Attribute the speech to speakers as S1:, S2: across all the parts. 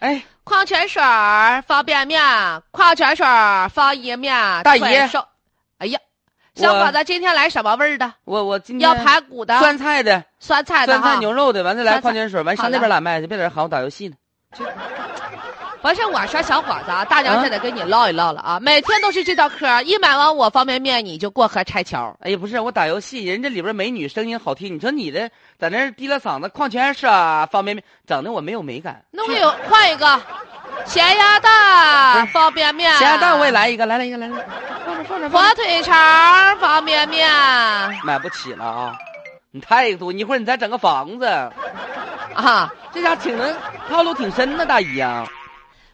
S1: 哎，
S2: 矿泉水儿方便面，矿泉水儿方一面。
S1: 大姨
S2: 腿瘦，哎呀，小
S1: 我
S2: 伙子今天来什么味儿的？
S1: 我我今天
S2: 要排骨的、
S1: 酸菜的、
S2: 酸菜的
S1: 酸菜
S2: 哈。
S1: 牛肉的，完再来
S2: 酸菜
S1: 矿泉水，完上那边揽麦去，别在这喊我打游戏呢。
S2: 不是我说，小伙子，啊，大娘这得跟你唠一唠了
S1: 嗯
S2: 啊！每天都是这道嗑，一买完我方便面你就过河拆桥。
S1: 哎呀，不是我打游戏，人这里边美女声音好听，你说你这在那儿提了嗓子矿泉水啊、方便面，整的我没有美感。
S2: 那我有换一个，咸鸭蛋方便面，
S1: 咸鸭蛋我也，来一个，来来一个，来来，放着放着放
S2: 火
S1: 着，
S2: 腿肠方便面
S1: 买不起了啊！你太多，一会儿你再整个房子，
S2: 啊！
S1: 这家挺能套路挺深呢，大姨啊，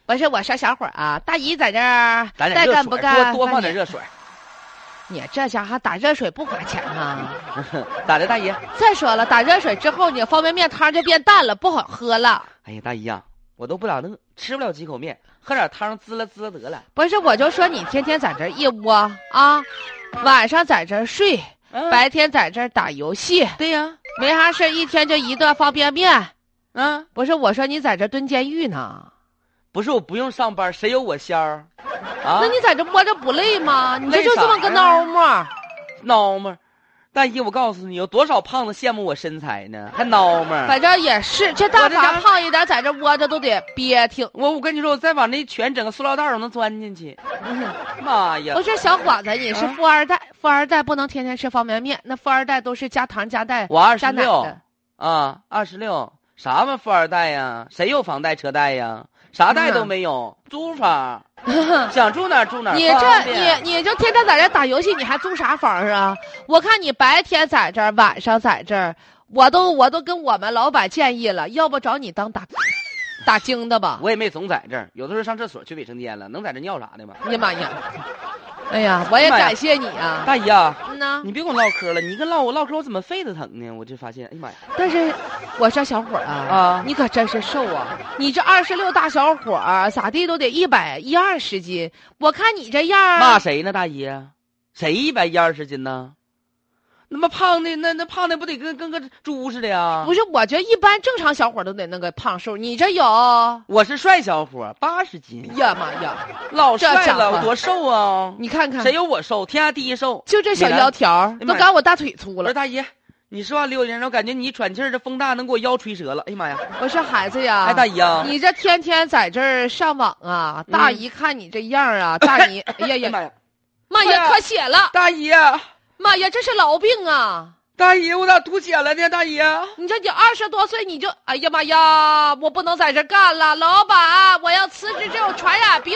S2: 不是我说，小伙儿啊，大姨在这儿
S1: 咱点
S2: 该
S1: 热
S2: 干不
S1: 水，
S2: 干？
S1: 多多放点热水。
S2: 你这家伙打热水不花钱啊！
S1: 咋的，大姨？
S2: 再说了，打热水之后，你方便面汤就变淡了，不好喝了。
S1: 哎呀，大姨呀、我都不咋弄，吃不了几口面，喝点汤滋了滋了得了。
S2: 不是，我就说你天天在这儿一窝啊，晚上在这儿睡，
S1: 嗯
S2: 白天在这儿打游戏，
S1: 对呀，
S2: 没啥事儿一天就一顿方便面。
S1: 啊，
S2: 不是，我说你在这儿蹲监狱呢，
S1: 不是我不用上班，谁有我仙儿？啊
S2: 那，你在这摸着不累吗？你这
S1: 累
S2: 就这么
S1: 啥
S2: 个
S1: 呀
S2: 孬么？
S1: 孬么？大姨，我告诉你，有多少胖子羡慕我身材呢？还孬么？
S2: 反正也是，这大
S1: 我这家
S2: 凡胖一点，在这窝着都得憋挺。
S1: 我我跟你说，我再往那全整个塑料袋儿都能钻进去。妈呀
S2: 不！是小伙子，你是
S1: 啊
S2: 富二代，富二代不能天天吃方便面，那富二代都是加糖加带
S1: 我二十
S2: 加奶
S1: 六
S2: 的。
S1: 啊，二十六，啥玩意儿富二代呀？谁有房贷车贷呀？啥贷都
S2: 嗯
S1: 没有，租房，想住哪儿住哪儿。
S2: 你
S1: 方
S2: 这
S1: 便
S2: 你你就天天在这打游戏，你还租啥房啊？我看你白天在这儿，晚上在这儿，我都我都跟我们老板建议了，要不找你当打打更的吧？
S1: 我也没总在这儿，有的时候上厕所去卫生间了，能在这尿啥的吗？
S2: 哎呀妈呀！哎呀，我也
S1: 妈呀
S2: 感谢你啊！
S1: 大姨啊，
S2: 嗯呐，
S1: 你别跟我唠嗑了，你跟唠我唠嗑，我怎么肺子疼呢？我就发现，哎呀妈呀，
S2: 但是我说小伙儿啊，
S1: 啊，
S2: 你可真是瘦啊！你这二十六大小伙儿，咋地都得一百一二十斤。我看你这样儿，
S1: 骂谁呢，大姨？啊谁一百一二十斤呢？那么胖的，那那胖的不得跟跟个猪似的呀
S2: 不？是，我觉得一般正常小伙儿都得那个胖瘦，你这有，
S1: 我是帅小伙，八十斤，
S2: 呀妈呀！
S1: 老
S2: 这
S1: 帅
S2: 家
S1: 了，
S2: 伙
S1: 我多瘦啊！
S2: 你看看，
S1: 谁有我瘦？天下第一瘦。
S2: 就这小
S1: 美男
S2: 腰条儿
S1: 哎
S2: 都
S1: 妈呀
S2: 赶我大腿粗
S1: 我
S2: 了
S1: 说。大姨，你说话离我人，我感觉你一喘气儿，这风大能给我腰吹折了。哎呀妈呀！
S2: 我说孩子呀，
S1: 哎，大姨啊，
S2: 你这天天在这儿上网啊，大姨看你这样儿啊，大 姨，哎呀
S1: 哎呀
S2: 呀，
S1: 妈呀，
S2: 妈
S1: 哎
S2: 呀，
S1: 呀
S2: 咳血了，
S1: 大姨啊，
S2: 妈呀，这是老病啊！
S1: 大姨，我咋吐血了呢？大姨啊。
S2: 你这你二十多岁你就，哎呀妈呀，我不能在这干了，老板，我要辞职，这有传染病。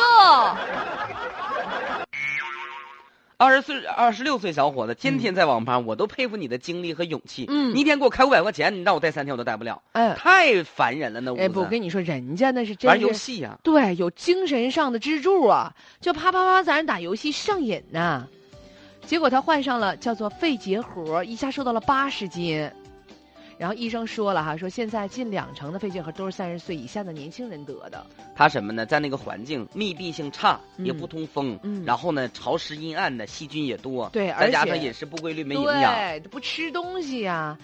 S1: 二十岁、二十六岁小伙子，天天在网吧，我都佩服你的精力和勇气。
S2: 嗯
S1: 你一天给我开五百块钱，你让我待三天我都待不了，
S2: 哎
S1: 太烦人了那屋子。
S2: 哎，不，我跟你说，人家那是
S1: 玩
S2: 真
S1: 游
S2: 是
S1: 戏啊呀、
S2: 对有精神上的支柱啊，就啪啪啪在那打游戏上瘾呐、结果他患上了叫做肺结核，一下瘦到了八十斤。然后医生说了哈，说现在近两成的肺结核都是三十岁以下的年轻人得的。
S1: 他什么呢？在那个环境密闭性差，
S2: 嗯
S1: 也不通风，
S2: 嗯
S1: 然后呢潮湿阴暗的，细菌也多，
S2: 对而
S1: 再加上
S2: 且
S1: 饮食不规律，没营养。
S2: 对，不吃东西呀、